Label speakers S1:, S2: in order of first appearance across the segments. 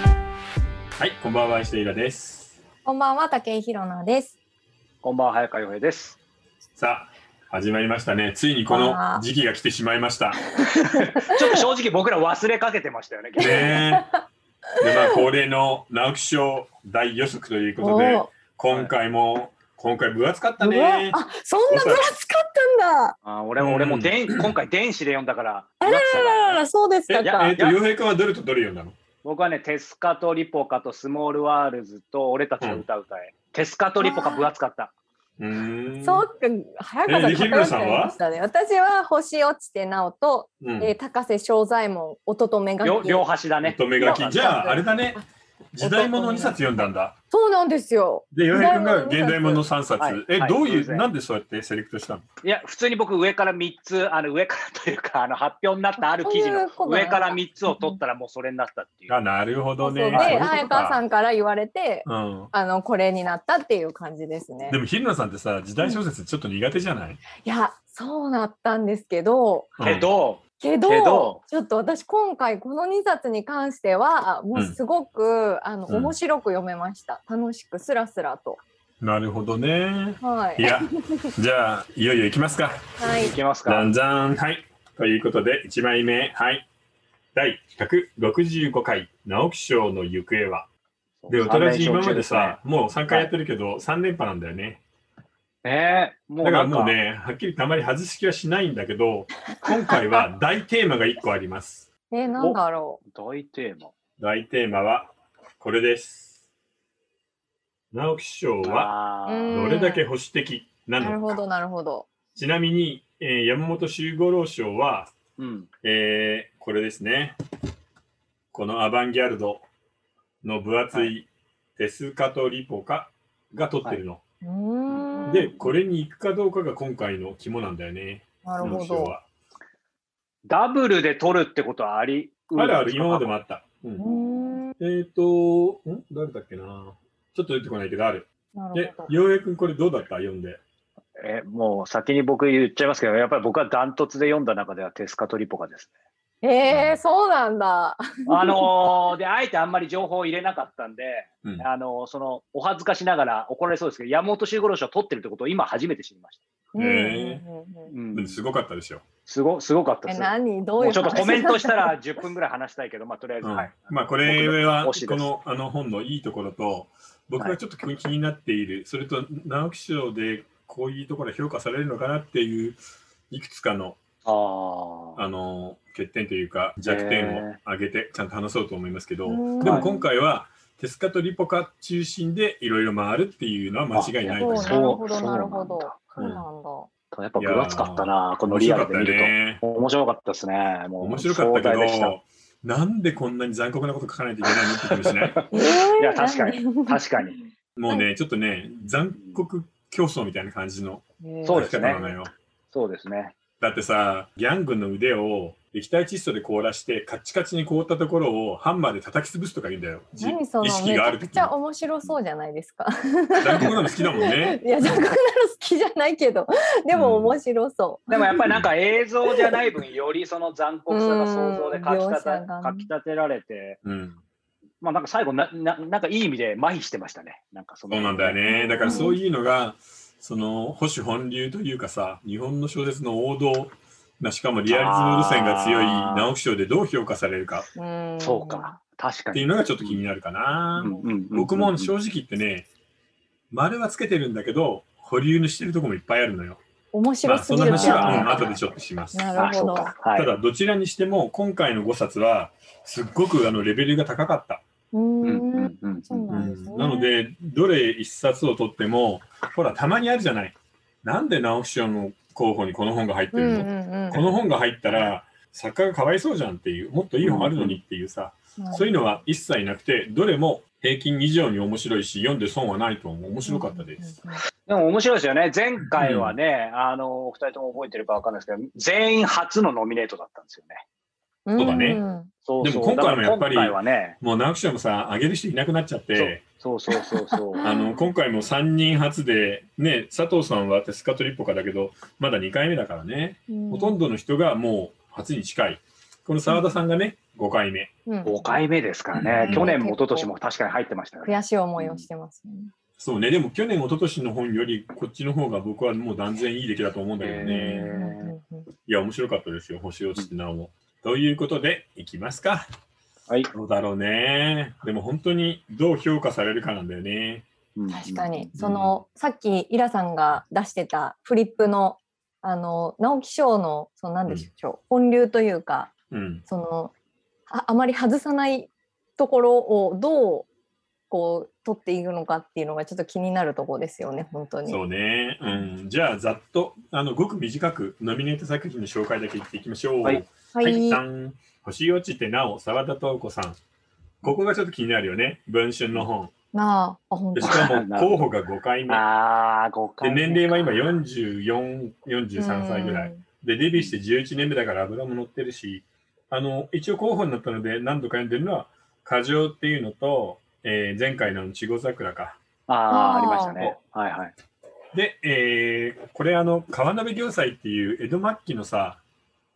S1: はい、こんばんは、石田ゆらです。
S2: こんばんは、竹井ひろなです。
S3: こんばんは、早川洋平です。
S1: さあ、始まりましたね。ついにこ
S2: わ
S1: の
S2: あ
S1: 時期が来てしまいました。
S3: ちょっと正直僕ら忘れかけてましたよ ね。
S1: ねえ。で、まあ、恒例の直木賞大予測ということで、
S2: お
S1: 今回も、今回分厚かった
S2: ー、うわ
S1: ね。
S2: あ、そんなぶらつかったんだ。
S3: あー俺も俺もでん今回電子で読んだから。
S2: あららららら、 そうでした
S1: え、いや
S2: か。
S1: えっと、洋平君はどれとどれ読んだの
S3: 僕はね、テスカとリポカとスモールワールズと俺たちの歌歌え。テスカとリポカ分厚かった。
S1: うーん。
S2: そうか、早かった
S1: えで日村さんは
S2: ましたね。私は星落ちてなおと、
S1: うん。
S2: えー高瀬正左衛門、音と目が
S3: 両両端だね。
S1: 乙女書き。じゃあ、あれだね
S2: あ。
S1: 時代物2冊読んだんだ。
S2: そうなんですよ。
S1: で、洋平君が現
S2: 時
S1: 代
S2: 代
S1: 物
S2: 物
S1: 3冊。
S3: はい
S1: え、
S3: はい
S1: どうい
S3: 偶
S1: う、
S3: 然
S1: なんでそうやってセレクトしたの
S3: いや、普通に僕上から3つ、あの上からというか、あの発表になったある記事
S2: そういうこ
S3: の
S2: となんだ
S3: 上から3つを取ったらもうそれになったっていう。
S1: あ、なるほ
S2: そ
S1: ど
S2: うそ
S1: ね。
S2: うで、
S1: そういうことか
S2: 早川さんから言われて、
S1: うん。
S2: あの、これになったっていう感じですね
S1: で。も、ひるなさんってさ、時代小説ちょっと苦手じゃない、
S2: いや、そうなったんですけど、
S3: けど、
S2: けど
S3: けど
S2: ちょっと私今回この2冊に関してはもうすごく、あの
S1: うん
S2: 面白く読めました、楽しくスラスラと
S1: うんなるほどね。
S2: はい
S1: いや、じゃあ、いよいよ行きますか。
S2: はい
S3: いけます
S1: じゃ
S3: か。
S1: んじゃん。はい。ということで、1枚目、はい。第165回、直木賞の行方は。で、おとらじ今までさ、もう3回やってるけど、3連覇なんだよね。
S3: ねえ、も
S1: だか
S3: うな
S1: ら
S3: ん
S1: も
S3: か
S1: うね、はっきりたまり外し気はしないんだけど、今回は大テーマが1個あり ます。
S2: えなんだろ
S3: 大テーマ。
S1: 大テーマは、これです。直木賞は、
S2: う
S3: あー
S2: ん
S1: どれだけ保守的な
S2: う
S1: の
S2: な
S1: か。
S2: るほどなるほど
S1: ちなみに、えー山本周五郎賞は、
S3: うん。
S1: えーこれですね。このアバンギャルドの分厚
S3: はい
S1: テスカとリポカが取ってるの。
S2: うーん
S1: で、これに行くかどうかが今回の肝なんだよね。
S2: なる
S1: この
S2: ほ
S1: 賞
S2: ど
S1: は。
S3: ダブルで取るってことはありう
S1: あ
S3: ん
S1: る
S3: ですか
S1: ある、今までもあった。う
S2: うんーんな
S1: えっ、と、ん誰だっけなちょっと出てこないけど、ある。
S2: る
S1: で
S2: ほ、ど
S1: 洋平君これどうだった読んで。
S3: えもう先に僕言っちゃいますけど、やっぱり僕はダントツで読んだ中ではテスカトリポカです
S2: えー、そうなんだ
S3: ね。あのーで、あえてあんまり情報を入れなかったんで、
S1: うん
S3: あのーその、お恥ずかしながら怒られそうですけど、山本周五郎賞を取ってるってことを今初めて知りました。
S2: うん
S1: え
S2: うんうんうん
S3: うん
S1: でもすごかったでしょ。
S3: すごすごかったで
S2: え
S3: す。
S2: 何どう
S3: も
S2: いうう
S3: ちょっとコメントしたたら10分ぐらい話したいけど、まあとりあえず、
S1: うん
S3: はい。
S1: まあこれは
S3: 僕の推し
S1: こ
S3: です
S1: のあの本のいいところと僕がちょっと気になっている、それと直木賞でこういうところが評価されるのかなっていういくつかの
S3: ああ。
S1: あの欠点というか弱点を挙げてちゃんと話そうと思いますけど、
S2: うん
S1: でも今回はテスカとリポカ中心でいろいろ回るっていうのは間違いない
S2: そう
S1: で
S2: な
S1: す
S3: あ
S1: ね。
S2: るほど
S3: そう
S2: なるほど
S1: そ
S2: そうう
S1: な
S2: なん
S1: だ
S2: んだ、
S3: やっぱ分厚かったな、この
S1: 面
S3: リ
S1: 白
S3: ア
S1: かっ
S3: ルで
S1: た
S3: 見
S1: よ
S3: ると。
S1: ね。
S3: 面白かったですね。もう
S1: 面白かったけ
S3: 壮大でし
S1: ど、なんでこんなに残酷なこと書かないといけないのって気もしない
S2: えー
S3: いや確か
S2: に
S3: 確かに。
S1: もうね、ちょっとね、残酷競争みたいな感じの
S3: そ
S1: 書
S3: うで
S1: き
S3: す
S1: 方
S3: ね
S1: なのよ。
S3: そうですね。
S1: だってさ、ギャングの腕を液体窒素で凍らして、カッチカチに凍ったところをハンマーで叩き潰すとか言うんだよ。じ
S2: 何その
S1: 意識
S2: めち
S1: があ
S2: ゃ
S1: る
S2: く
S1: 時
S2: ちゃ面白そうじゃないですか。
S1: 残酷なの好きだもんね。
S2: いや残酷なの好きじゃないけどでも
S1: うん
S2: 面白そ
S3: でもやっぱりなんか映像じゃない分、よりその残酷さが想像でかきた
S2: うん
S3: た
S2: 描写が
S3: かきたてられて、
S1: うん、
S3: まあなんか最後な、ななんかいい意味で麻痺してましたね。なんかその。
S1: そうなんだよね。だからそういうのが、その保守本流というかさ、日本の小説の王道な、しかもリアリズム路線が強い
S3: あー
S1: 直木賞でどう評価されるか
S2: う。うん
S3: そうか。確か
S1: ってい
S3: に。
S1: うのがちょっと気になるかな。
S3: うんうんうん
S1: 僕も正
S3: うん
S1: 直言ってね、丸はつけてるんだけど、保留にしてるとこもいっぱいあるのよ。
S2: 面
S1: ま
S2: 白
S1: あ、
S2: す
S1: そ
S2: ぎ
S1: の
S2: る
S1: 話
S2: じゃん
S1: は、
S3: ま
S1: うん、
S3: あ
S1: 後でちょっとします。
S2: な
S3: あ、
S2: る
S3: そ
S2: ほ
S3: う
S2: ど。
S3: か。は
S1: た
S3: い。
S1: だ、どちらにしても、今回の5冊は、すっごくあのレベルが高かった。
S2: う
S3: うん
S2: ー
S3: うんんうん
S2: そう
S3: うん
S2: なんですね。
S1: なので、どれ1冊を取っても、ほら、たまにあるじゃない。なんで直木賞の候補にこの本が入って
S2: うん
S1: る
S2: う
S1: の、
S2: ん
S1: この本が入ったら、作家がかわいそうじゃんっていう、もっといい本あるのにっていうさ、
S2: うん。
S1: そういうのは一切なくて、どれも平均以上に面白いし、読んで損はないと思う。面白かったです。
S2: うん。
S3: でも面白いですよね。前回はね、あの、お二人とも覚えてるかわかんないですけど、全員初のノミネートだったんですよね。
S2: うん
S1: そうだね
S2: ん
S3: そうそう
S1: でも今回もやっぱり
S3: だから今回はね、
S1: もう直木賞もさ、上げる人いなくなっちゃって、
S3: そうそうそうそう。
S1: あの今回も3人初で、ね、佐藤さんはテスカトリッポカだけど、まだ2回目だからね、ほとんどの人がもう初に近いこの澤田さんがね、5回目。
S2: うん、
S3: 5回目ですからね、
S1: うん
S3: 去年も一昨年も確かに入ってましたよね。
S2: 悔しい思いをしてます、ね
S1: そうね、でも去年、一昨年の本より、こっちの方が僕はもう断然いい出来だと思うんだけど
S3: へ
S1: ね
S2: う
S3: ー。
S2: んうんうん
S1: いや、面白かったですよ、星落ちってなおも。ということで、いきますか。
S3: はい。
S1: どうだろうね。でも本当にどう評価されるかなんだよね。
S2: 確かに、そのさっきイラさんが出してたフリップのあの直木賞のその何でしょう、本流というか
S1: うん。
S2: そのああまり外さないところをどうこう取っていくのかっていうのがちょっと気になるところですよね本当に。
S1: そうね。うん。じゃあ、ざっと、あの、ごく短く、ノミネート作品の紹介だけ言っていきましょう。
S3: はい
S2: は
S1: はい、
S2: い、
S1: ダン星落ちてなお、沢田瞳子さん。ここがちょっと気になるよね。文春の 本。
S2: なああ本
S1: で
S2: 当
S1: しかも、候補が5回目。
S3: ああ、5
S1: で、
S3: 回目。
S1: 年齢は今44、43歳ぐらい。。で、デビューして11年目だから油も乗ってるし、あの、一応候補になったので、何度か読んでるのは、過剰っていうのと、えー前回のちご桜か。
S3: ああ、ありました
S1: あー
S3: ね。はいはい。
S1: で、えーこれあの、川鍋行祭っていう江戸末期のさ、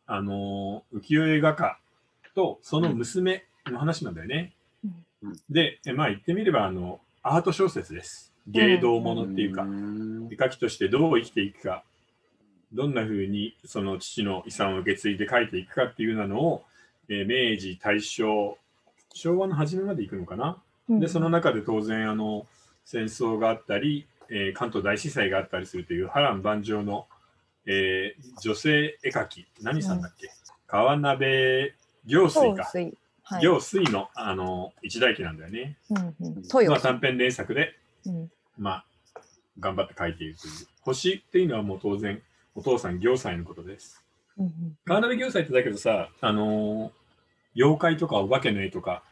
S1: あのー浮世絵画家とその娘の話なんだよね。
S3: うん
S1: で、えまあ言ってみれば、あの、アート小説です。芸道ものっていうか、
S3: ん
S1: 絵描きとしてどう生きていくか、どんな風にその父の遺産を受け継いで描いていくかっていうようなのを、えー明治、大正、昭和の初めまで行くのかな。
S2: うん
S1: でその中で当然あの戦争があったり、えー関東大震災があったりするという波乱万丈の、えー女性絵描き何さんだっけ、川鍋行水か、
S2: 水はい
S1: 行水のあの一代記なんだよね、
S2: うんうん豊
S1: まあ、短編連作で、
S2: うん
S1: まあ、頑張って描いているという星っていうのはもう当然お父さん行祭のことです
S2: うんうん
S1: 川鍋行祭ってだけどさあのー妖怪とかお化けの絵とか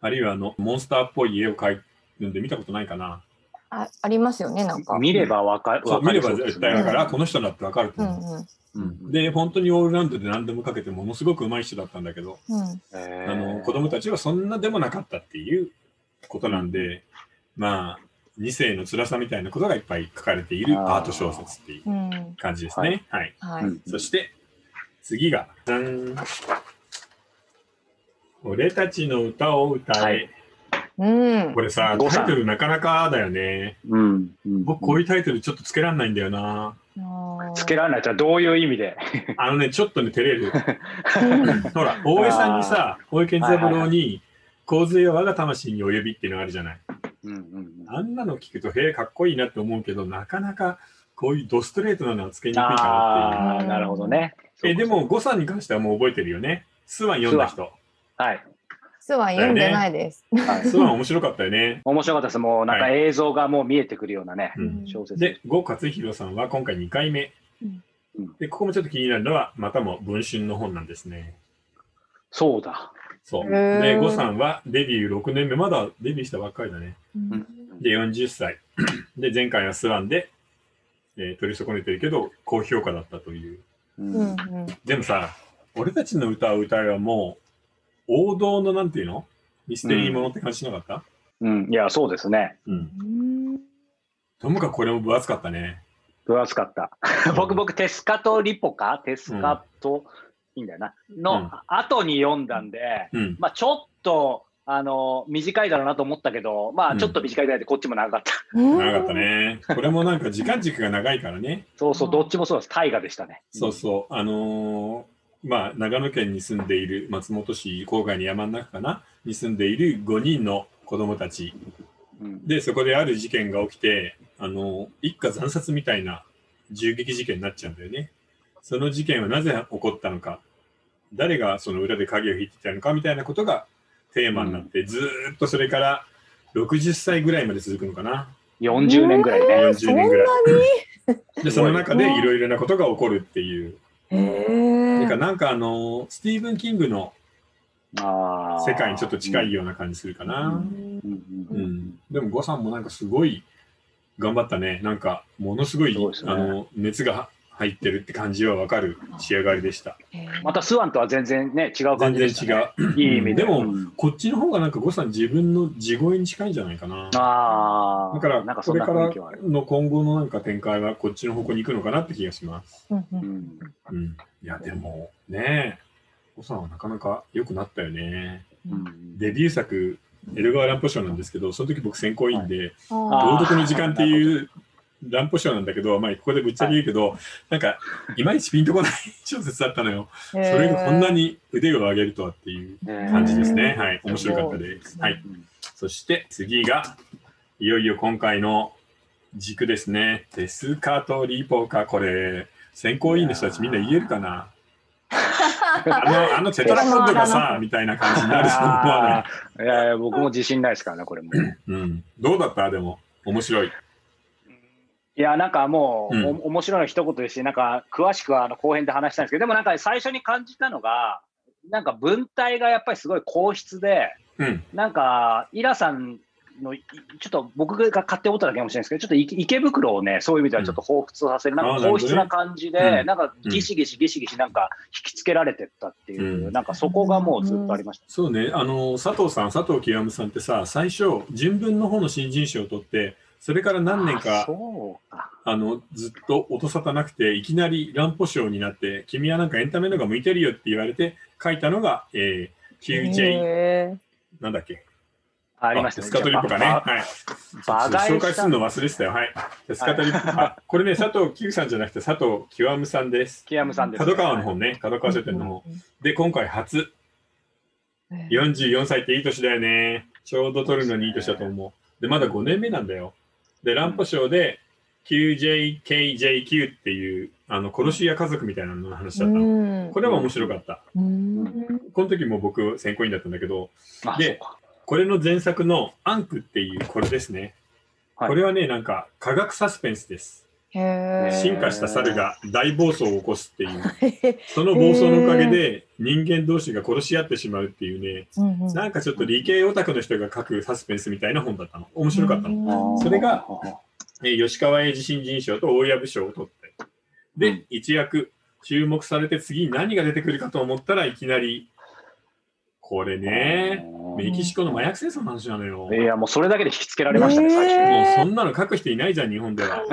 S1: あるいはあのモンスターっぽい絵を描るんで見たことないかな
S2: あありますよねなんか。
S3: 見ればわかる。
S1: そう
S3: わか
S1: 見れ
S3: り
S1: ば
S3: そうで
S1: 絶
S3: すね
S1: 対だから、
S2: うん
S1: この人だってわかると
S2: うん
S1: 思う、
S2: うん
S3: うん
S1: で本当にオールラウンドで何でもかけてものすごく上手い人だったんだけど、
S2: うん
S3: あ
S1: あの子供たちはそんなでもなかったっていうことなんでまあ2世の辛さみたいなことがいっぱい書かれているアート小説っていう
S2: うん
S1: 感じですねはい、
S2: はい。
S1: そして次がじゃん俺たちの歌を歌え、
S3: はい
S2: うん
S1: こ。れさ
S3: 誤
S1: タ
S3: 算
S1: イトルなかなかだよね
S3: うん。
S1: 僕こういうタイトルちょっとつけらんないんだよな
S3: つけられないじゃどういう意味で。
S1: あのねちょっとね照れる
S2: ら
S1: ほら、大江さんにさ、大江健三郎に、洪水は我が魂に及びっていうのがあるじゃない。
S3: うんうん
S1: あんなの聞くと、へえ、かっこいいなって思うけど、なかなかこういうドストレートなのはつけにくいかなっ
S3: ああ、なるほどね。
S1: ていう。え、でも、呉さんに関してはもう覚えてるよね。スワン読んだ人。
S3: はい。
S2: スワン読んでないです。
S3: はい
S1: スワン面白かったよね。
S3: 面白かったです。もうなんか
S1: は
S3: 映像がもう見えてくるようなね、
S1: うん
S3: 小説
S1: で、呉勝弘さんは今回2回目
S2: うん。
S1: で、ここもちょっと気になるのは、またも文春の本なんですね。
S3: そうだ。
S1: そう。
S2: へー
S1: で、呉さんはデビュー6年目、まだデビューしたばっかりだね。
S2: うん
S1: で、40歳。 で、前回はスワンで、えー取り損ねてるけど、高評価だったという。
S2: う
S3: うん
S2: んう
S1: でもさ、俺たちの歌を歌えはもう、王道のなんていうのミステリーものって感じしなかった、
S3: うん。いや、そうですね。
S1: うん。
S2: ん。
S1: ともかくこれも分厚かったね。
S3: 分厚かった。僕、僕、テスカとリポカ、テスカと、いいんだよな、の、
S1: うん
S3: 後に読んだんで、
S1: うん。
S3: まあ、ちょっと、あの、短いだろうなと思ったけど、ま
S1: う
S3: あ、
S1: ん
S3: ちょっと短いぐらいで、こっちも長かった。
S1: 長かった。ね。これもなんか時間軸が長いからね。
S3: そうそう、どっちもそうです。大河でしたね。
S1: そうそう。あのーまあ、長野県に住んでいる、松本市郊外に山の中かなに住んでいる5人の子供たち
S3: うん。
S1: でそこである事件が起きてあの一家惨殺みたいな銃撃事件になっちゃうんだよねその事件はなぜ起こったのか誰がその裏で影を引いていたのかみたいなことがテーマになって、ずーっとそれから60歳ぐらいまで続くのかな
S3: 40年ぐらいね。
S1: 40
S2: そんな
S1: 年
S2: に
S1: ぐらい。
S3: ご
S1: で
S3: い
S1: その中でいろいろなことが起こるっていうなん
S2: へ
S1: か
S2: え。
S1: なんかあのスティーブン・キングの
S3: ああ。
S1: 世界にちょっと近い
S3: よ。
S1: ような感じするかな、
S3: うん
S1: う
S3: うんん
S1: でも呉さんもなんかすごい頑張ったねなんかものすごい
S3: そうですね
S1: あの熱が入ってるって感じはわかる仕上がりでした
S3: またスワンとは全然ね、違う
S1: 全
S3: 感じで
S1: 然
S3: した、
S1: 違
S3: ね。
S1: う
S3: 違いい意味で。
S1: でも
S3: うん
S1: こっちの方がなんか呉さん自分の地声に近いんじゃないかなだ
S3: ああ。
S1: から
S3: なんかそ
S1: これ
S3: んな
S1: か
S3: 雰
S1: ら
S3: 囲気はある。
S1: の今後のなんか展開はこっちの方向に行くのかなって気がします、
S2: うんう
S3: うんん。
S1: うん、いやでもねコさんはなかなか良くなったよね。
S3: うん
S1: デビュー作、エルガー・ランポ賞なんですけど、その時僕選考委員で、
S2: あ
S1: 朗
S3: あー
S1: 読の時間っていう乱歩賞なんだけど、まあ、ここでぶっちゃけ言うけど、なんか、いまいちピンとこない小説だったのよ。
S2: そ
S1: それがこんなに腕を上げるとはっていう感じですね。はい。面白かったです。はい。そして次が、いよいよ今回の軸ですね。デスカとリポーカ、これ、選考委員の人たちみんな言えるかなあの、あのテトラポッドがさ、み たいな感じになると思わ
S3: あーいやいや僕も自信ないですからね、これも。
S1: ない。うん。どうだったでも、面白い。
S3: いや、なんかもう、
S1: うん
S3: お面白いの一言ですし、なんか詳しくはあの後編で話したいんですけど、でもなんか最初に感じたのが、なんか文体がやっぱりすごい硬質で、
S1: うん。
S3: なんか、イラさんの、いちょっと僕が勝手に思っただけかもしれないですけど、ちょっと池池袋をね、そういう意味ではちょっと彷彿とさせる、
S1: ん
S3: なんか硬質な感じで、
S1: あーなるほどねうん
S3: なんかギシギシギシギシなんか引きつけられてったっていう、
S1: うん
S3: なんかそこがもうずっとありました。
S1: そうね、あの佐藤さん、佐藤清さんってさ、最初、人文の方の新人賞を取って、それから何年
S3: あ
S1: か
S3: そうか。
S1: あのずっと音沙汰なくて、いきなり乱歩賞になって、君はなんかエンタメの方が向いてるよって言われて、書いたのが、えー、QJ、なんだっけ、
S3: ありました
S1: スカトリップかね。
S3: ば
S1: はい、
S3: ば馬鹿
S1: 紹
S3: に
S1: 介
S3: し
S1: す
S3: た
S1: るの忘れてたよ。はい、スカトリップ、あこれね、佐藤清さんじゃなくて、佐藤清さんです。
S3: キヤムさんです、
S1: 角川の本ね、角川書店の本。で、今回初、44歳っていい年だよね。ちょうど取るのにいい年だと思う。で、まだ5年目なんだよ。で、乱歩賞で QJKJQ っていう、あの、殺し屋家族みたいなのの話だったの。これは面白かった。この時も僕、選考委員だったんだけど、
S3: あ
S1: で
S3: そうか
S1: これの前作のアンクっていう、これですね。
S3: はい
S1: これはね、なんか、科学サスペンスです。
S3: へー
S1: 進化した猿が大暴走を起こすっていう、その暴走のおかげで人間同士が殺し合ってしまうっていうね、なんかちょっと理系オタクの人が書くサスペンスみたいな本だったの。面白かったの。それが、えー吉川英治新人賞と大藪賞を取って。で、
S3: うん
S1: 一躍注目されて次に何が出てくるかと思ったらいきなり、これね、メキシコの麻薬戦争の話なのよ。
S3: いや、もうそれだけで引きつけられましたね、最
S2: え
S3: 初。
S1: もうそんなの書く人いないじゃん、日本では。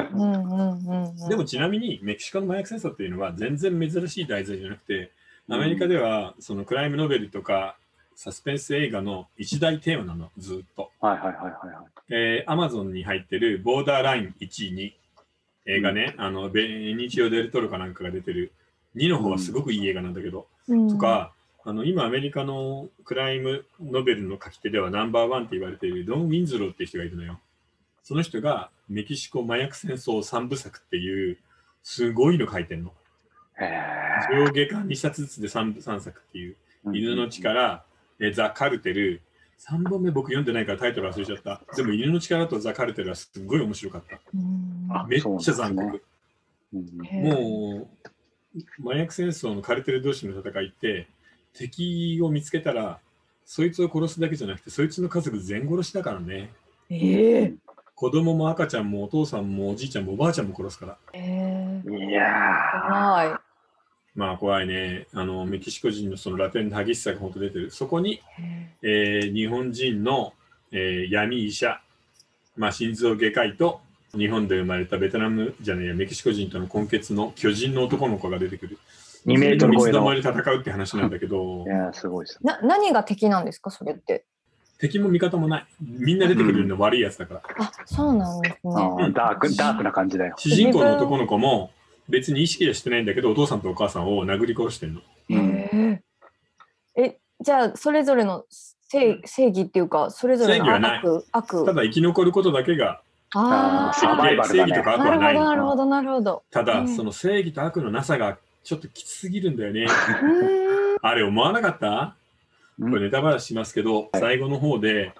S1: で
S2: で
S1: もちなみにメキシコの麻薬戦争っていうのは全然珍しい題材じゃなくて、アメリカではそのクライムノベルとかサスペンス映画の一大テーマなの、ずっと。
S3: はいはいはいはいはい。
S1: えー、Amazon に入ってるボーダーライン1位に映画ね、あの、ベニチオ・デルトロかなんかが出てる2の方はすごくいい映画なんだけど、とか、あの、今アメリカのクライムノベルの書き手ではナンバーワンって言われているドン・ウィンズローって人がいるのよ。その人がメキシコ麻薬戦争三部作っていうすごいの書いてんの。
S3: へ
S1: 上下巻2冊ずつで三部三作っていう。
S3: ー
S1: 犬の。力、えザ・カルテル、3本目僕読んでないからタイトル忘れちゃった。でも犬の力とザ・カルテルはすっごい面白かった。
S3: あ
S1: めっちゃ
S3: そうな
S1: 残
S3: んです
S1: 酷。
S3: ねうん
S2: へー
S1: もう、麻薬戦争のカルテル同士の戦いって、敵を見つけたら、そいつを殺すだけじゃなくて、そいつの家族全殺しだからね。
S2: え
S1: 子供も赤ちゃんもお父さんもおじいちゃんもおばあちゃんも殺すから。
S2: え
S3: いや
S2: は
S1: まあ怖いね。あの、メキシコ人のそのラテンの激しさが本当出てる。そこに
S2: い
S1: えー日本人の、えー闇医者、まあ、心臓外科医と日本で生まれたベトナムじゃねえやメキシコ人との根血の巨人の男の子が出てくる
S3: ー、2メートル超え
S1: そ
S3: の。
S1: れ
S3: い
S1: と三つどもえで戦うって話なんだけど
S3: やー、すごいですね。
S2: な何が敵なんですかそれって
S1: 敵も味方もないみんな出てくるの悪いやつだから、
S2: あそうなんです
S3: あ
S2: ね
S3: ーダーク、ダークな感じだよ。
S1: 主人公の男の子も別に意識はしてないんだけどお父さんとお母さんを殴り殺してんの
S3: うん
S2: へええじゃあそれぞれの正正義っていうかそれぞれの
S1: 正義はない
S2: 悪悪
S1: ただ生き残ることだけが
S2: あ
S3: サバイ
S2: ー
S3: バル
S1: 正
S3: だ
S1: 義
S3: ね
S1: とか悪
S2: な
S1: は
S2: る
S1: な
S2: ほ
S1: いの
S2: どなるほどなるほど
S1: ただ
S2: うん
S1: その正義と悪のなさがちょっときつすぎるんだよ ね
S2: うーん
S1: あれ思わなかった
S3: うん
S1: これネタバラシしますけど、最後の方で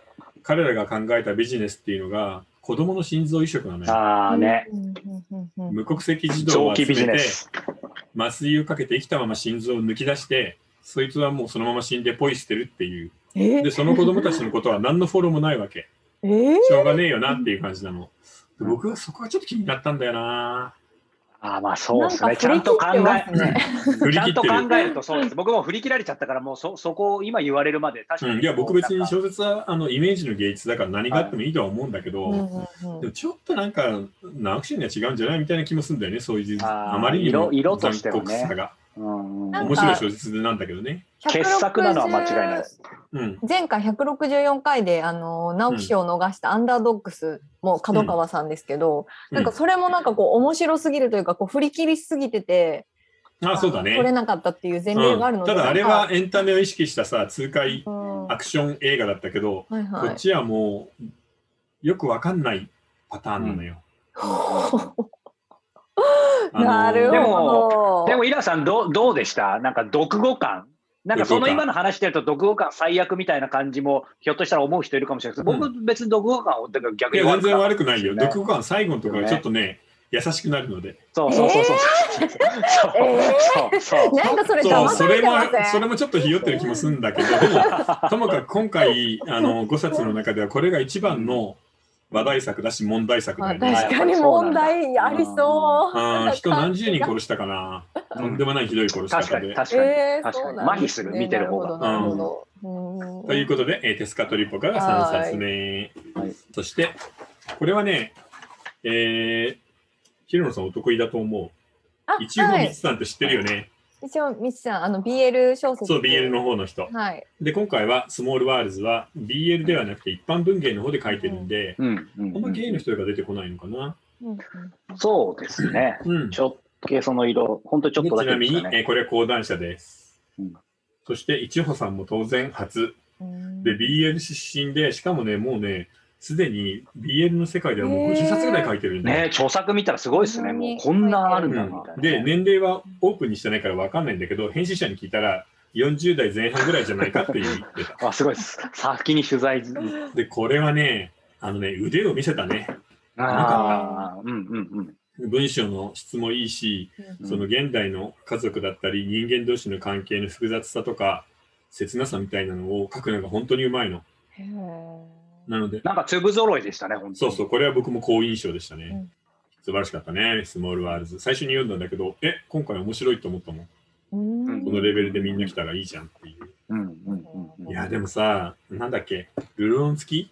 S1: 彼らが考えたビジネスっていうのが子供の心臓移植なのよ。
S3: ああね。
S2: うんうんうんうんうん
S1: 無国籍児童
S3: 長
S1: を
S3: 期
S1: 集
S3: ビジ
S1: め
S3: ネ
S1: て
S3: ス。
S1: 麻酔をかけて生きたまま心臓を抜き出してそいつはもうそのまま死んでポイ捨てるっていう
S2: え
S1: でその子供たちのことは何のフォローもないわ け
S2: えー
S1: しょうがねえよなっていう感じなので僕はそこはちょっと気になったんだよな
S3: ああ、まあそうです
S2: なん
S3: ね。
S2: か
S3: ちゃんと考
S2: 振り切ってますね
S1: 振
S3: え、ち
S1: り
S3: ゃ
S1: 切
S3: ん
S1: って
S3: と
S1: る
S3: 考えるとそうです。僕も振り切られちゃったから、もうそ、そこを今言われるまで、確か
S1: うん、
S3: に。
S1: いや僕別に小説はあのイメージの芸術だから何があってもいいとは思うんだけど、
S2: うんうんうん
S1: でもちょっとなんか、直しには違うんじゃないみたいな気もするんだよね、そういう、
S3: あー
S1: あまりにも
S3: 色色としては
S1: 残
S3: ね
S1: 酷さが。
S3: うんうん
S2: なんか
S1: 面白い小説なんだけどね。
S3: 傑作なのは間違いない
S2: 160。
S1: うん。
S2: 前回164回であの直木賞を逃した「アンダードックス」も角川さんですけど、
S1: うん
S2: なんかそれもなんかこう面白すぎるというかこう振り切りすぎてて、
S1: あ、そうだね。
S2: 取れなかったっていう前例があるので、
S1: うんただあれ
S2: なん
S1: は
S2: か、
S1: エンタメを意識したさ痛快
S2: うん
S1: アクション映画だったけど、
S2: はいは
S1: こっ
S2: い
S1: ちはもうよくわかんないパターンなのよ。あの
S2: なる
S3: でも
S2: ほど
S3: でも、イラさんどう、どうでしたなんか、読後感なんか、その今の話してると、読後感最悪みたいな感じも、ひょっとしたら思う人いるかもしれないです
S1: う
S3: 僕、別に読後感を、だから逆
S1: い
S3: に
S1: や全
S3: 悪く
S1: 然
S3: ない。
S1: 悪くないよ。
S3: ね
S1: 読後感最後のところがちょっとね優しくなるので。
S3: そうそうそうそう。そうそうそう。
S2: なんかそれ
S1: そ
S2: 騙
S1: う
S2: さ
S1: そ
S2: れ
S1: れ
S2: て
S1: も
S2: ませ
S1: そ
S2: ん
S1: れもちょっとひよってる気もするんだけ どでもともかく今回あの5冊の中ではこれが一番の話題作だし問題作だよ
S2: 確
S1: ね。
S2: かに問題ありそう。
S1: あー人何十人殺したかな。とんでもないひどい殺し
S3: 確か
S1: 方
S3: に、
S1: で。
S3: 確かに。
S2: えー、
S3: 確
S2: そ
S3: か
S2: う
S3: に。
S2: なん
S3: 麻
S2: で
S3: 痺する、見てる方が。
S2: なるほどなるほど。
S1: ということで、えーテスカトリポカが3冊目。
S3: はい
S1: そして、これはね、えー、ヒロノさんお得意だと思
S2: あ
S1: う。一応、
S2: は
S1: ミ
S2: い
S1: ツさんって知ってるよね。
S2: 一応、みちさん、あの BL 小説。
S1: そう、BL。の方の人。
S2: はい。
S1: で、今回は、スモールワールズは BL ではなくて一般文芸の方で書いてるんで、
S3: うんうん
S1: あんまゲイ
S3: う
S1: の人が出てこないのかな。
S2: うんうん
S3: んそうですね。
S1: うん。
S3: ちょっと系その色、本当ちょっ
S1: で
S3: とだ
S1: ち
S3: け
S1: な
S3: で
S1: み
S3: す
S1: に、
S3: かね。
S1: えーこれは講談社です。
S3: うん
S1: そして、いちほさんも当然初。
S2: うん
S1: で、BL 出身で、しかもね、もうね、すでに BL の世界ではもう50冊ぐらい書いてるんで、
S3: ね著作見たらすごいですね。もうこんなあるんだみたいな。
S1: で、年齢はオープンにしてないから分かんないんだけど、編集者に聞いたら、40代前半ぐらいじゃないかっていう 言ってた
S3: あ、すごいです。先に取材。
S1: で、これはね、あのね、腕を見せたね。
S3: ああ、うんうんうん。
S1: 文章の質もいいし、
S2: うん
S1: その現代の家族だったり、人間同士の関係の複雑さとか、切なさみたいなのを書くのが本当にうまいの。
S2: へー
S1: なので、
S3: なんか粒揃いでしたね、本当に。
S1: そうそう、これは僕も好印象でしたね。
S2: うん
S1: 素晴らしかったね、スモールワールズ。最初に読んだんだけど、え、今回面白いと思ったもん。
S2: うん
S1: このレベルでみんな来たらいいじゃんっていう。
S3: うんうんうんうん。
S1: いや、でもさ、なんだっけ、ルローン付き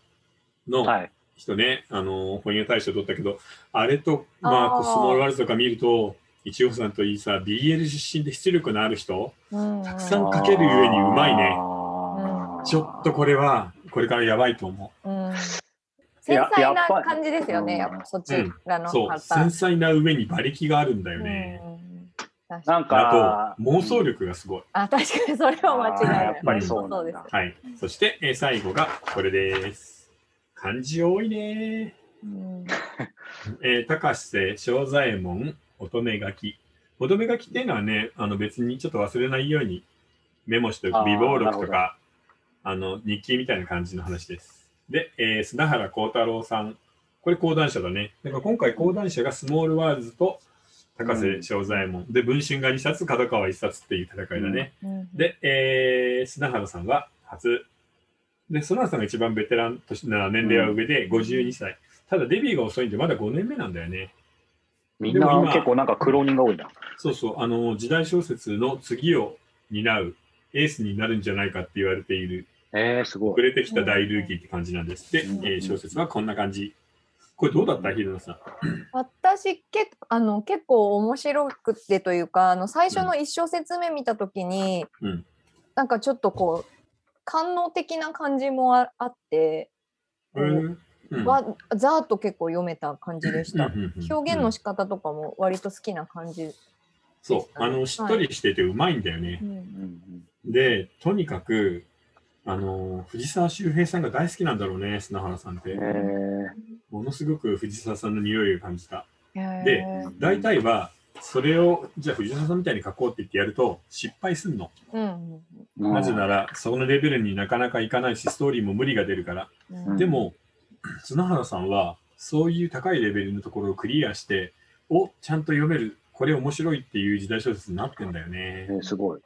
S1: の
S3: はい。
S1: 人ね、あの、翻訳大賞取ったけど、あれと、まあ、
S2: あー
S1: コスモールワールドとか見ると、一応さんといいさ、BL 出身で出力のある人、
S2: うん
S1: たくさんかけるゆえにうまいね。ちょっとこれは、これからやばいと思
S2: うん
S3: い
S2: 繊
S3: や
S2: 細
S3: や
S2: な
S3: っぱり
S2: 感じですよね、やっぱそちら
S1: う。
S2: の
S1: そう、繊細な上に馬力があるんだよね。
S2: うん確か
S3: な
S2: に
S3: ん
S1: あ
S3: か
S1: と、妄想力がすごい。
S2: あ、確かにそれは間違いない。
S3: やっぱりそうなんだ。
S1: はい。そして、えー最後がこれです。漢字多いね。
S2: うん
S1: えー、高瀬正左衛門乙女書き。乙女書きっていうのはね、あの別にちょっと忘れないようにメモしておく
S3: あ
S1: 備
S3: ー
S1: 忘録とか、あの日記みたいな感じの話です。で、えー砂原幸太郎さん。これ講談社だね。だから今回講談社がスモールワールズと高瀬正左衛門。で、文春が2冊、角川1冊っていう戦いだね。
S2: うん
S1: で、えー、砂原さんは初。で、砂原さんが一番ベテランとしてな年齢は上で52歳。ただデビューが遅いんで、まだ5年目なんだよね。
S3: みんな結構なんか苦労人が多いな。
S1: そうそう、あの、時代小説の次を担うエースになるんじゃないかって言われている、
S3: えー、すご
S1: 遅
S3: い。
S1: れてきた大ルーキーって感じなんです。で、え
S3: うん
S1: ー小説はこんな感じ。これどうだったヒルナさん。
S2: 私けあの結構面白くてというかあの最初の一小節目見た時に、
S1: うん
S2: なんかちょっとこう官能的な感じもああって、
S1: うんうん
S2: わざーっと結構読めた感じでした、
S1: うんうん
S2: 表現の
S1: うん
S2: 仕方とかも割と好きな感じ、
S1: そう、あの、しっとりしててうまいんだよね。
S2: うん
S1: で、とにかく、あの、藤沢周平さんが大好きなんだろうね、砂原さんって
S3: え。ー、
S1: ものすごく藤沢さんの匂いを感じた。
S2: へー
S1: 大体は、それを、じゃあ藤沢さんみたいに書こうって言ってやると、失敗すんの。
S2: うん
S1: なぜなら、そのレベルになかなかいかないし、ストーリーも無理が出るから。
S2: うんうん
S1: でも、砂原さんは、そういう高いレベルのところをクリアして、おちゃんと読める、これ面白いっていう時代小説になってんだよね。
S3: えー、すごい。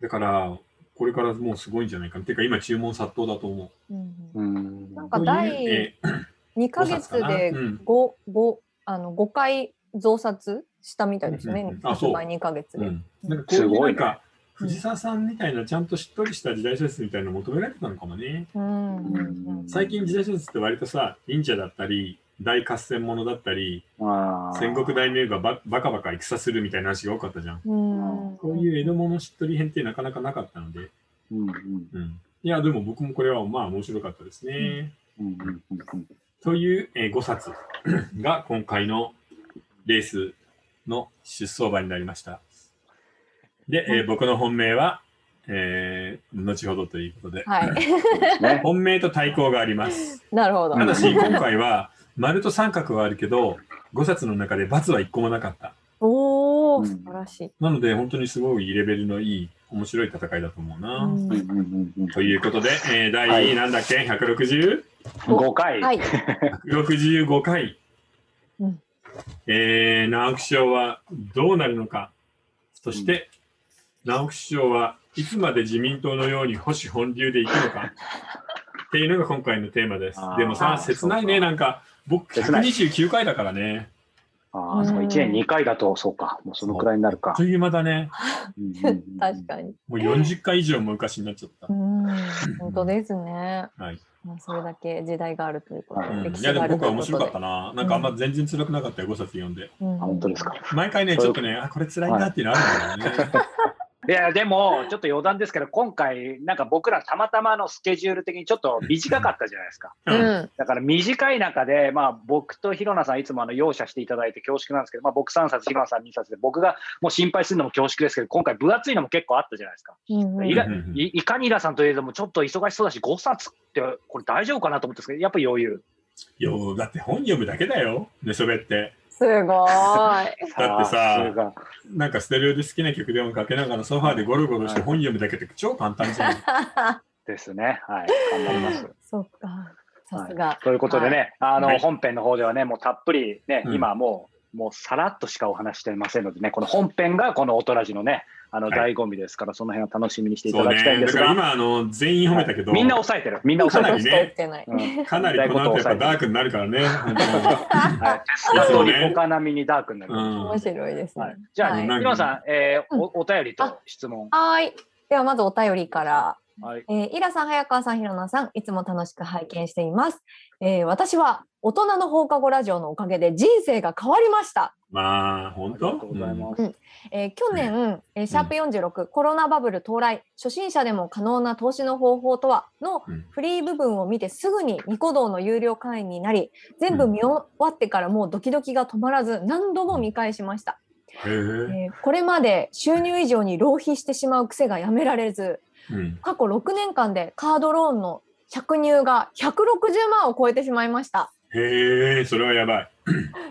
S1: だから、これからもうすごいんじゃないかな。てか、今注文殺到だと思う。
S2: うん
S3: うん。
S2: な
S1: と
S2: んか
S1: いう
S2: 第
S1: え
S2: 2か月
S1: 五冊かな
S2: で
S1: うん
S2: 5、五あの5回増刷したみたいです
S1: うんう
S2: ね
S1: ん、うんあそう
S2: 発売2か月
S1: う
S2: で。
S1: ん、なんかこうい
S3: す
S1: う
S3: ご
S1: ないん
S3: ね
S1: か、藤沢さんみたいなちゃんとしっとりした時代小説みたいなの求められてたのかもね。
S2: うんうんうん
S1: 最近時代小説って割とさ忍者だったり大合戦ものだったり、
S3: あー
S1: 戦国大名がババカバカ戦するみたいな話が多かったじゃん。
S2: うん。
S1: こういう江戸物しっとり編ってなかなかなかったので、
S3: うんうん
S1: うん、いや、でも僕もこれはまあ面白かったですね。
S3: うんうんうんうん
S1: という、えー5冊 が今回のレースの出走馬になりました。で、えー僕の本命は、えー後ほどということで、
S2: はい。
S3: ね
S1: 本命と対抗があります。
S2: なるほど。
S1: ただし、
S3: うん
S1: 今回は丸と三角はあるけど、5冊の中で×は1個もなかった。
S2: お
S3: う
S2: お、
S3: ん
S2: 素晴らしい。
S1: なので、本当にすごいレベルのいい、面白い戦いだと思うな。
S2: うん
S3: うんうんうんうん
S1: ということで、えー第、
S3: はい
S1: なんだっけ、160?
S3: 5回、
S2: はい。
S1: 165回、
S2: うん
S1: えー、直木賞はどうなるのかそして、直木賞はいつまで自民党のように保守本流でいくのかっていうのが今回のテーマです
S3: あー
S1: でもさ
S2: あー
S1: 切ないね
S3: そうか
S1: なんか僕
S3: 切ない
S1: 129回だからね
S3: ああそうか1年2回だとそうかもうそのくらいになる
S1: あ
S3: か
S1: っという間だね
S3: うんうんうんうん
S2: 確かに。
S1: もう40回以上昔になっちゃった
S2: う、ん。本当ですね。
S1: はい
S2: まあそれだけ時代があるということ
S3: う
S1: うん、
S2: で。歴
S1: い
S2: 史
S1: やで
S2: があ
S1: も
S2: る
S1: 僕
S2: と
S1: はい面
S2: う
S1: 白
S2: こ
S1: か
S2: と
S1: っ
S2: で
S1: た。ななんかあんま全然辛くなかったよ5冊読んで
S2: あ、
S3: あ本当ですか。
S1: 毎回ね
S3: そう
S1: ち
S3: い
S1: ょ
S3: う
S1: っとねあこれ辛いなっていうのあるんだよね、
S3: いやでもちょっと余談ですけど今回なんか僕らたまたまのスケジュール的にちょっと短かったじゃないですか
S2: う
S1: うん
S2: ん。
S3: だから短い中で、まあ、僕とひろなさんいつもあの容赦していただいて恐縮なんですけど、まあ、僕3冊ひろなさん2冊で僕がもう心配するのも恐縮ですけど今回分厚いのも結構あったじゃないですか。
S2: うん
S3: いら
S1: うんうんうん
S3: いいかにいらさんといえどもちょっと忙しそうだし5冊ってこれ大丈夫かなと思ったんですけどやっぱ余 裕。
S1: よだって本読むだけだよ寝そべって
S2: すご
S1: だってさ
S3: さすが
S1: なんかステレオで好きな曲でもかけながらソファーでゴロゴロして本読むだけって超簡単 じゃん。
S2: い。
S3: ですね。はい。頑張ります。
S2: そっか。さすが。
S3: ということでね、あの、
S1: はい
S3: 本編の方ではね、もうたっぷりね、
S1: うん
S3: 今もう、もうさらっとしかお話してませんのでね、この本編がこの音ラジのね、あの、
S1: は
S3: 醍醐味ですから、その辺を楽しみにしてい
S1: そ
S3: た
S1: う
S3: だきたい
S1: ね。
S3: ん
S1: だ
S3: です
S1: から
S3: が、
S1: 今あの全員褒めたけど、
S3: みんな抑えてる、みんな抑え
S1: か
S3: て
S1: な
S3: る。
S1: り
S2: ちょっと言
S1: ね
S2: ってない。
S3: うん
S1: かなりこの後やっぱダークになるからね。本
S3: はい、テスラとリコカ並みにダークにな
S1: 当
S3: る。
S1: にうん
S2: 面白いです
S3: はい
S2: ね。、
S3: じゃあ、
S2: はい
S1: なんか
S3: 今さん、えーお、お便りと質問。
S2: はい。ではまずお便りから。
S3: はい、
S2: えーイラさん、早川さん、ひろなさん、いつも楽しく拝見しています。えー私は大人の放課後ラジオのおかげで人生が変わりました。
S1: まあ
S3: あ
S1: 本
S3: りが
S1: 当
S3: とうございます。
S2: えー去年、えーシャープ46、コロナバブル到来、初心者でも可能な投資の方法とはの
S1: うん
S2: フリー部分を見てすぐにニコ動の有料会員になり、全部見終わってからもうドキドキが止まらず何度も見返しました。
S1: うんへ
S2: えーこれまで収入以上に浪費してしまう癖がやめられず
S1: えうん
S2: 過去6年間でカードローンの借入が160万を超えてしまいました、
S1: へえそれはやばい。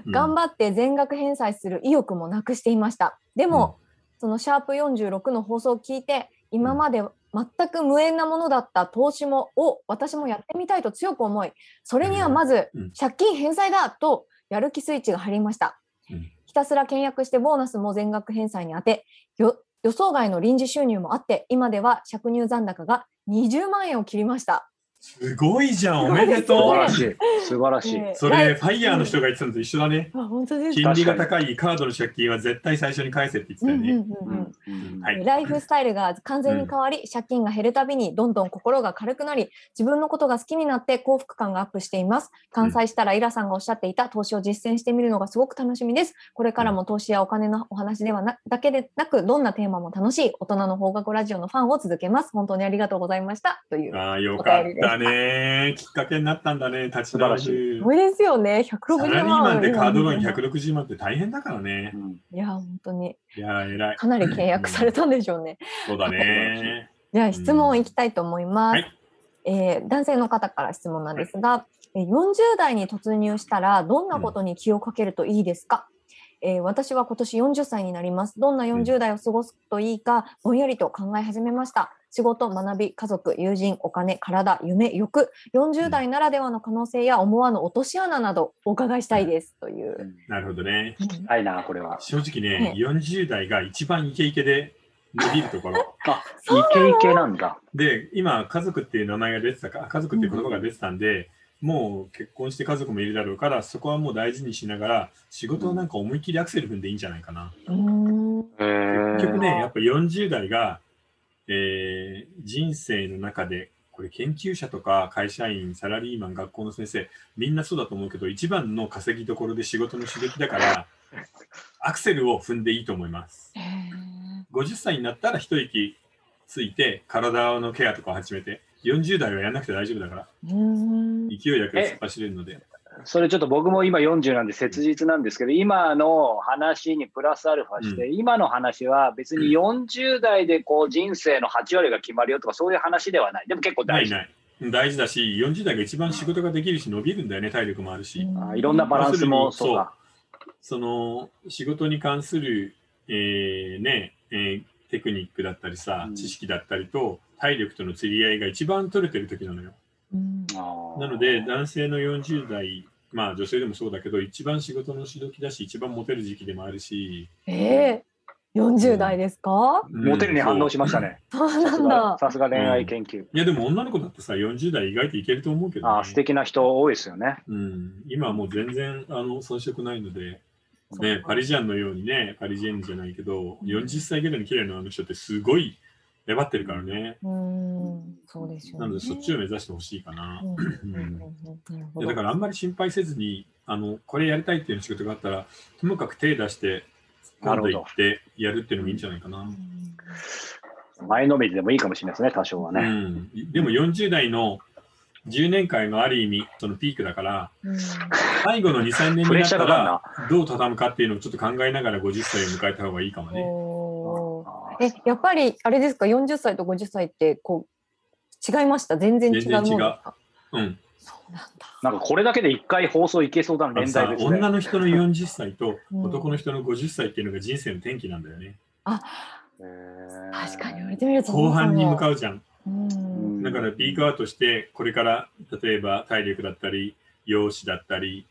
S2: 頑張って全額返済する意欲もなくしていましたで
S1: て
S2: も、そのシャープ46の放送を聞いて今まで全く無縁なものだった投資もを私もやってみたいと強く思いそれにはまず
S1: うん
S2: 借金返済だとやる気スイッチが入りました、
S1: うん
S2: ひたすら倹約してボーナスも全額返済に充てよ予想外の臨時収入もあって今では借入残高が20万円を切りました
S1: すごいじゃんおめでと
S3: 素
S1: う
S3: 晴ら。しい。素晴らしい。
S2: えー
S1: それファイヤーの人が言ってたのと一緒だね。
S2: あ本当です
S1: 金利が高いカードの借金は絶対最初に返せって言って
S2: うん
S1: た
S2: う
S1: よ
S2: ん
S1: ね。
S2: うんうん
S3: うん
S1: はい
S2: ライフスタイルが完全に変わり、借金が減るたびにどんどん心が軽くなり自分のことが好きになって幸福感がアップしています完済したらイラさんがおっしゃっていた投資を実践してみるのがすごく楽しみですこれからも投資やお金のお話ではなだけでなくどんなテーマも楽しい大人の放課後ラジオのファンを続けます本当にありがとうございましたという
S1: ああよかったね。きっかけになったんだね。立ち直
S3: 素晴
S1: る
S2: す。ごいですよね
S1: サ
S2: 160万
S1: ラリーマンでカードローン
S2: い
S1: 160万って大変だからね。
S3: うん
S2: や本当に
S1: いやー、偉い。
S2: かなり契約されたんでしょうね
S1: そうだね。
S2: じゃ
S1: うん
S2: あ質問いきたいと思います。
S1: はい
S2: えー男性の方から質問なんですが、えー40代に突入したらどんなことに気をかけるといいですか、えー私は今年40歳になります。どんな40代を過ごすといいか、ぼんやりと考え始めました。仕事、学び、家族、友人、お金、体、夢、欲、40代ならではの可能性や思わぬ落とし穴などお伺いしたいですという。
S1: なるほどね。
S3: はいな、これは。
S1: 正直ね、40代が一番イケイケで伸びるところ。
S3: あ、イケイケなんだ。
S1: で、今、家族っていう名前が出てたか、あ家族っていう言葉が出てたんで、もう結婚して家族もいるだろうから、そこはもう大事にしながら、仕事をなんか思いっきりアクセル踏んでいいんじゃないかな。
S2: うん
S3: へ
S1: 結
S3: ー
S1: 局ね、やっぱ40代が、えー人生の中でこれ研究者とか会社員、サラリーマン、学校の先生、みんなそうだと思うけど、一番の稼ぎどころで仕事の刺激だから、アクセルを踏んでいいと思います。
S2: へえ
S1: 50歳になったら一息ついて、体のケアとかを始めて、40代はやんなくて大丈夫だから、
S2: うーん
S1: 勢いだけ突っ走れるので、
S3: それちょっと僕も今40なんで切実なんですけど、今の話にプラスアルファして、今の話は別に40代でこう人生の8割が決まるよとかそういう話ではない。でも結構
S1: な
S3: 大
S1: い
S3: 事。
S1: ない。うん大事だし、40代が一番仕事ができるし、伸びるんだよね、体力もあるし。
S3: あーいろんなバランスも
S1: 要するに
S3: そうか。
S1: その仕事に関する、えーねえーテクニックだったりさ、
S3: うん
S1: 知識だったりと体力との釣り合いが一番取れてる時なのよ。
S2: うん
S1: な
S3: な
S1: ので男性の40代まあ女性でもそうだけど一番仕事のしどきだし一番モテる時期でもあるし、
S2: えー、40代ですか、
S1: うん
S3: モテるに反応しましたね。
S2: そうなんだ。
S3: さすが恋愛研
S1: そ
S3: 究。
S1: ういやでも女の子だってさ40代意外といけると思うけど、ね
S3: ああ、素敵な人多いですよね。
S1: うん、今はもう全然あの遜色ないので、
S2: そう
S1: ね、パリジャンのようにねパリジェンヌじゃないけど40歳ぐらいに綺麗なあの人ってすごい粘ってるからね。
S2: うーん、そうですよね。
S1: なのでそっちを目指してほしいかな。
S2: うんうんうん
S1: う
S2: うんなるほ
S1: いや
S2: ど
S1: だからあんまり心配せずにあのこれやりたいっていう仕事があったらともかく手出して
S3: な
S1: 今
S3: る
S1: 度行
S3: ほど
S1: ってやるっていうのもいいんじゃないかな。
S3: 前のめりでもいいかもしれないですね、多少は
S1: う
S3: ね。
S1: ん、でも40代の10年間がある意味そのピークだから
S2: うん
S1: 最後の2、3年
S3: プ
S1: に
S3: レッ
S1: なっ
S3: シャ
S1: た
S3: ーかかるな
S1: ら。どう畳むかっていうのをちょっと考えながら50歳を迎えた方がいいかもね。
S2: おー
S3: あ
S2: え、やっぱりあれですか、40歳と50歳ってこう違いました。全然違うもんです
S1: 全然違う
S2: か。
S1: うん、
S2: そうなんだ。
S3: なんかこれだけで一回放送いけそうだ
S1: あ
S3: な、
S1: の
S3: 年
S1: さ
S3: 代別で
S1: 女。の人の40歳と
S2: うん
S1: 男の人の50歳っていうのが人生の転機なんだよね。
S2: 確かに言わ
S3: へ
S2: れ
S3: え
S2: てみると
S1: 後半に向か
S2: う。
S1: うじゃん。
S2: うん。
S1: だからピークアウトして、これから例えば体力だったり、容姿だったり、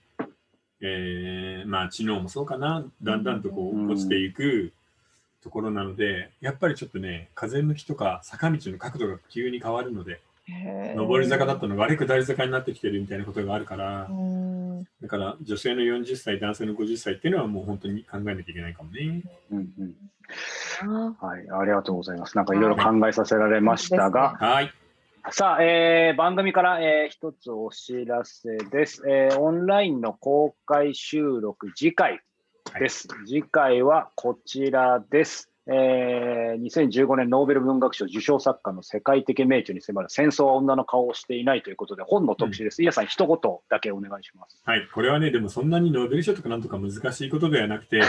S1: えーまあ知能もそうかな、だんだんとこ
S3: うん
S1: う落ちていくところなので、やっぱりちょっとね、風向きとか坂道の角度が急に変わるので、
S2: へー
S1: 上り坂だったのがあれ下り坂になってきてるみたいなことがあるから
S2: う、ん。
S1: だから女性の40歳、男性の50歳っていうのはもう本当に考えなきゃいけないかもね。
S3: うんうん
S2: あ
S3: はい、ありがとうございます。なんかいろいろ考えさせられました
S2: はい
S3: が、
S1: はい。
S3: さあ、えー番組から、えー一つお知らせです、えーオンラインの公開収録次回です。次回はこちらです。えー2015年ノーベル文学賞受賞作家の世界的名著に迫る戦争は女の顔をしていないということで本の特集です。イヤさん、一言だけお願いします。
S1: はい、これはね、でもそんなにノーベル賞とかなんとか難しいことではなく て、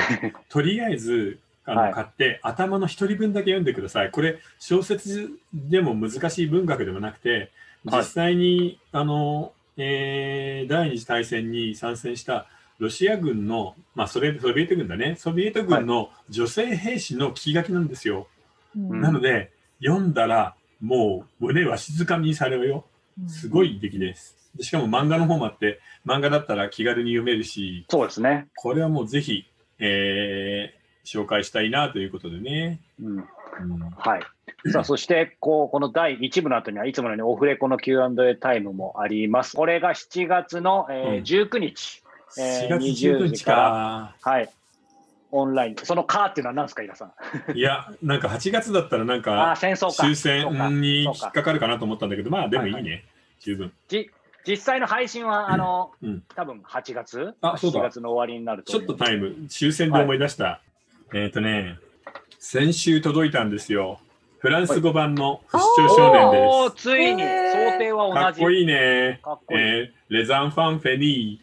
S1: とりあえずあの、
S3: はい
S1: 買って、頭の一人分だけ読んでください。これ、小説でも難しい文学でもなくて、
S3: は
S1: 実
S3: い
S1: 際に、あのえー第二次大戦に参戦したロシア軍の、まあ、ソレソビエト軍だね、ソビエト軍の女性兵士の聞き書きなんですよ。
S2: ーうん
S1: なので、読んだら、もう胸は静かにされるよ。すごい出来です。でしかも漫画の方もあって、漫画だったら気軽に読めるし、
S3: そうですね。
S1: これはもうぜひ、えー紹介したいなということでね。
S3: う
S1: う
S3: ん
S1: ん
S3: はい。 さあ、そして、こう、この第1部の後にはいつものようにオフレコの Q&A タイムもあります。これが7月の、えー
S1: うん
S3: 19日。えー
S1: 4月19日か。
S3: はい。オンライン。そのカーっていうのは何ですか、イラさん。
S1: いや、なんか8月だったらなん
S3: ああー、
S1: か
S3: 戦争か。
S1: 終
S3: そうか
S1: 戦に引
S3: そ
S1: っ
S3: うか
S1: かかるかなと思ったんだけど、まあでもいいね。
S3: はい
S1: 十分。
S3: じ実際の配信は、あの、
S1: うん
S3: 多分8月
S1: あそうだ
S3: 7月の終わりになると
S1: ち
S3: 思
S1: ょっ
S3: う
S1: とタイム、終戦で思い出した。えっ、とね、先週届いたんですよ。フランス語版の不死鳥少年
S3: おお
S1: で
S3: ついに
S2: へー
S3: 想定は
S1: す。
S3: 同
S1: かっ
S3: じ。
S1: こいいね。
S3: かっこいい
S1: えーレザンファンフェニ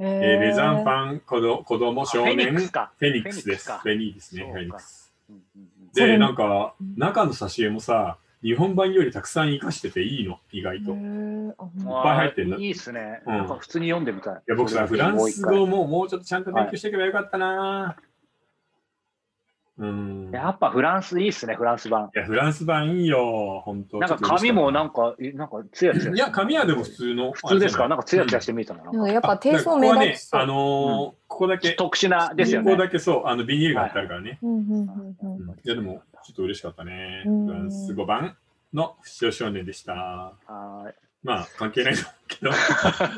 S1: ー。え
S2: え
S1: ーレザンファン子ど子供少
S3: あフェニ
S1: 年
S3: ックスか
S1: フェニックスです。
S3: フ
S1: フ
S3: ェ
S1: ェニックスね。
S3: そう
S1: フ
S3: か
S1: ェニックス。
S3: うんうんうん
S2: それ
S1: で、
S2: も
S1: なんか
S2: うん、
S1: 中の挿絵もさ、日本版よりたくさん生かしてていいの、意外と。い
S2: へーあほんと
S1: ぱい入ってんだ
S3: あーいいっすね。
S1: うん
S3: なんか普通に読んでみたい。
S1: や、僕さ、
S3: そ
S1: フ
S3: れ
S1: ラ
S3: をも
S1: ン
S3: う一
S1: ス
S3: 回
S1: 語ももうちょっとちゃんと勉強していけばよかったなぁ。うん。
S3: やっぱフランスいいっすね、フランス版。
S1: いや、フランス版いいよ、本当
S3: なんか紙もなんんか、えなんかつやつや。
S1: いや、紙はでも普通の。
S3: 普通ですか
S1: あれじゃい
S3: なんかつやつやしてみたな。
S2: なん
S3: なん
S2: か
S3: か
S2: やっぱ低
S1: だから
S2: 層
S1: ここ
S2: 目
S1: は
S2: 立
S1: ね
S2: ち、そう
S1: あのーここだけ、
S3: 特殊なですよね
S1: ここ。だけそう、あの、ビニールが貼ってあるからね。
S2: うんうんうんうん
S1: うんいやでもちょっと嬉しかったね。
S2: うん
S1: フランス語版の不死鳥少年でした。
S3: はい
S1: まあ、関係ないんだけ ど。
S2: い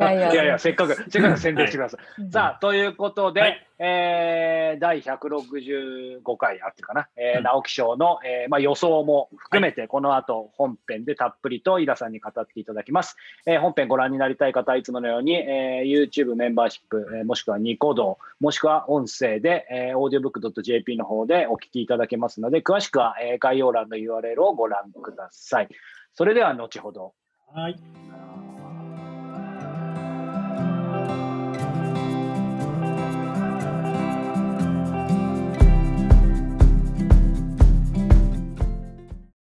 S2: やいや
S3: いやいや、せっかく、せっかく宣伝してください。
S2: うん
S3: さあ、ということで、
S1: はい
S3: えー第165回あってかな、えー
S1: うん
S3: 直木賞の、えーまあ、予想も含めて、この後本編でたっぷりと井田さんに語っていただきます。えー本編ご覧になりたい方はいつものように、えー YouTube メンバーシップ、えーもしくはニコ動、もしくは音声で、えー、audiobook.jp の方でお聞きいただけますので、詳しくは、えー概要欄の URL をご覧ください。それでは後ほど。
S1: はい。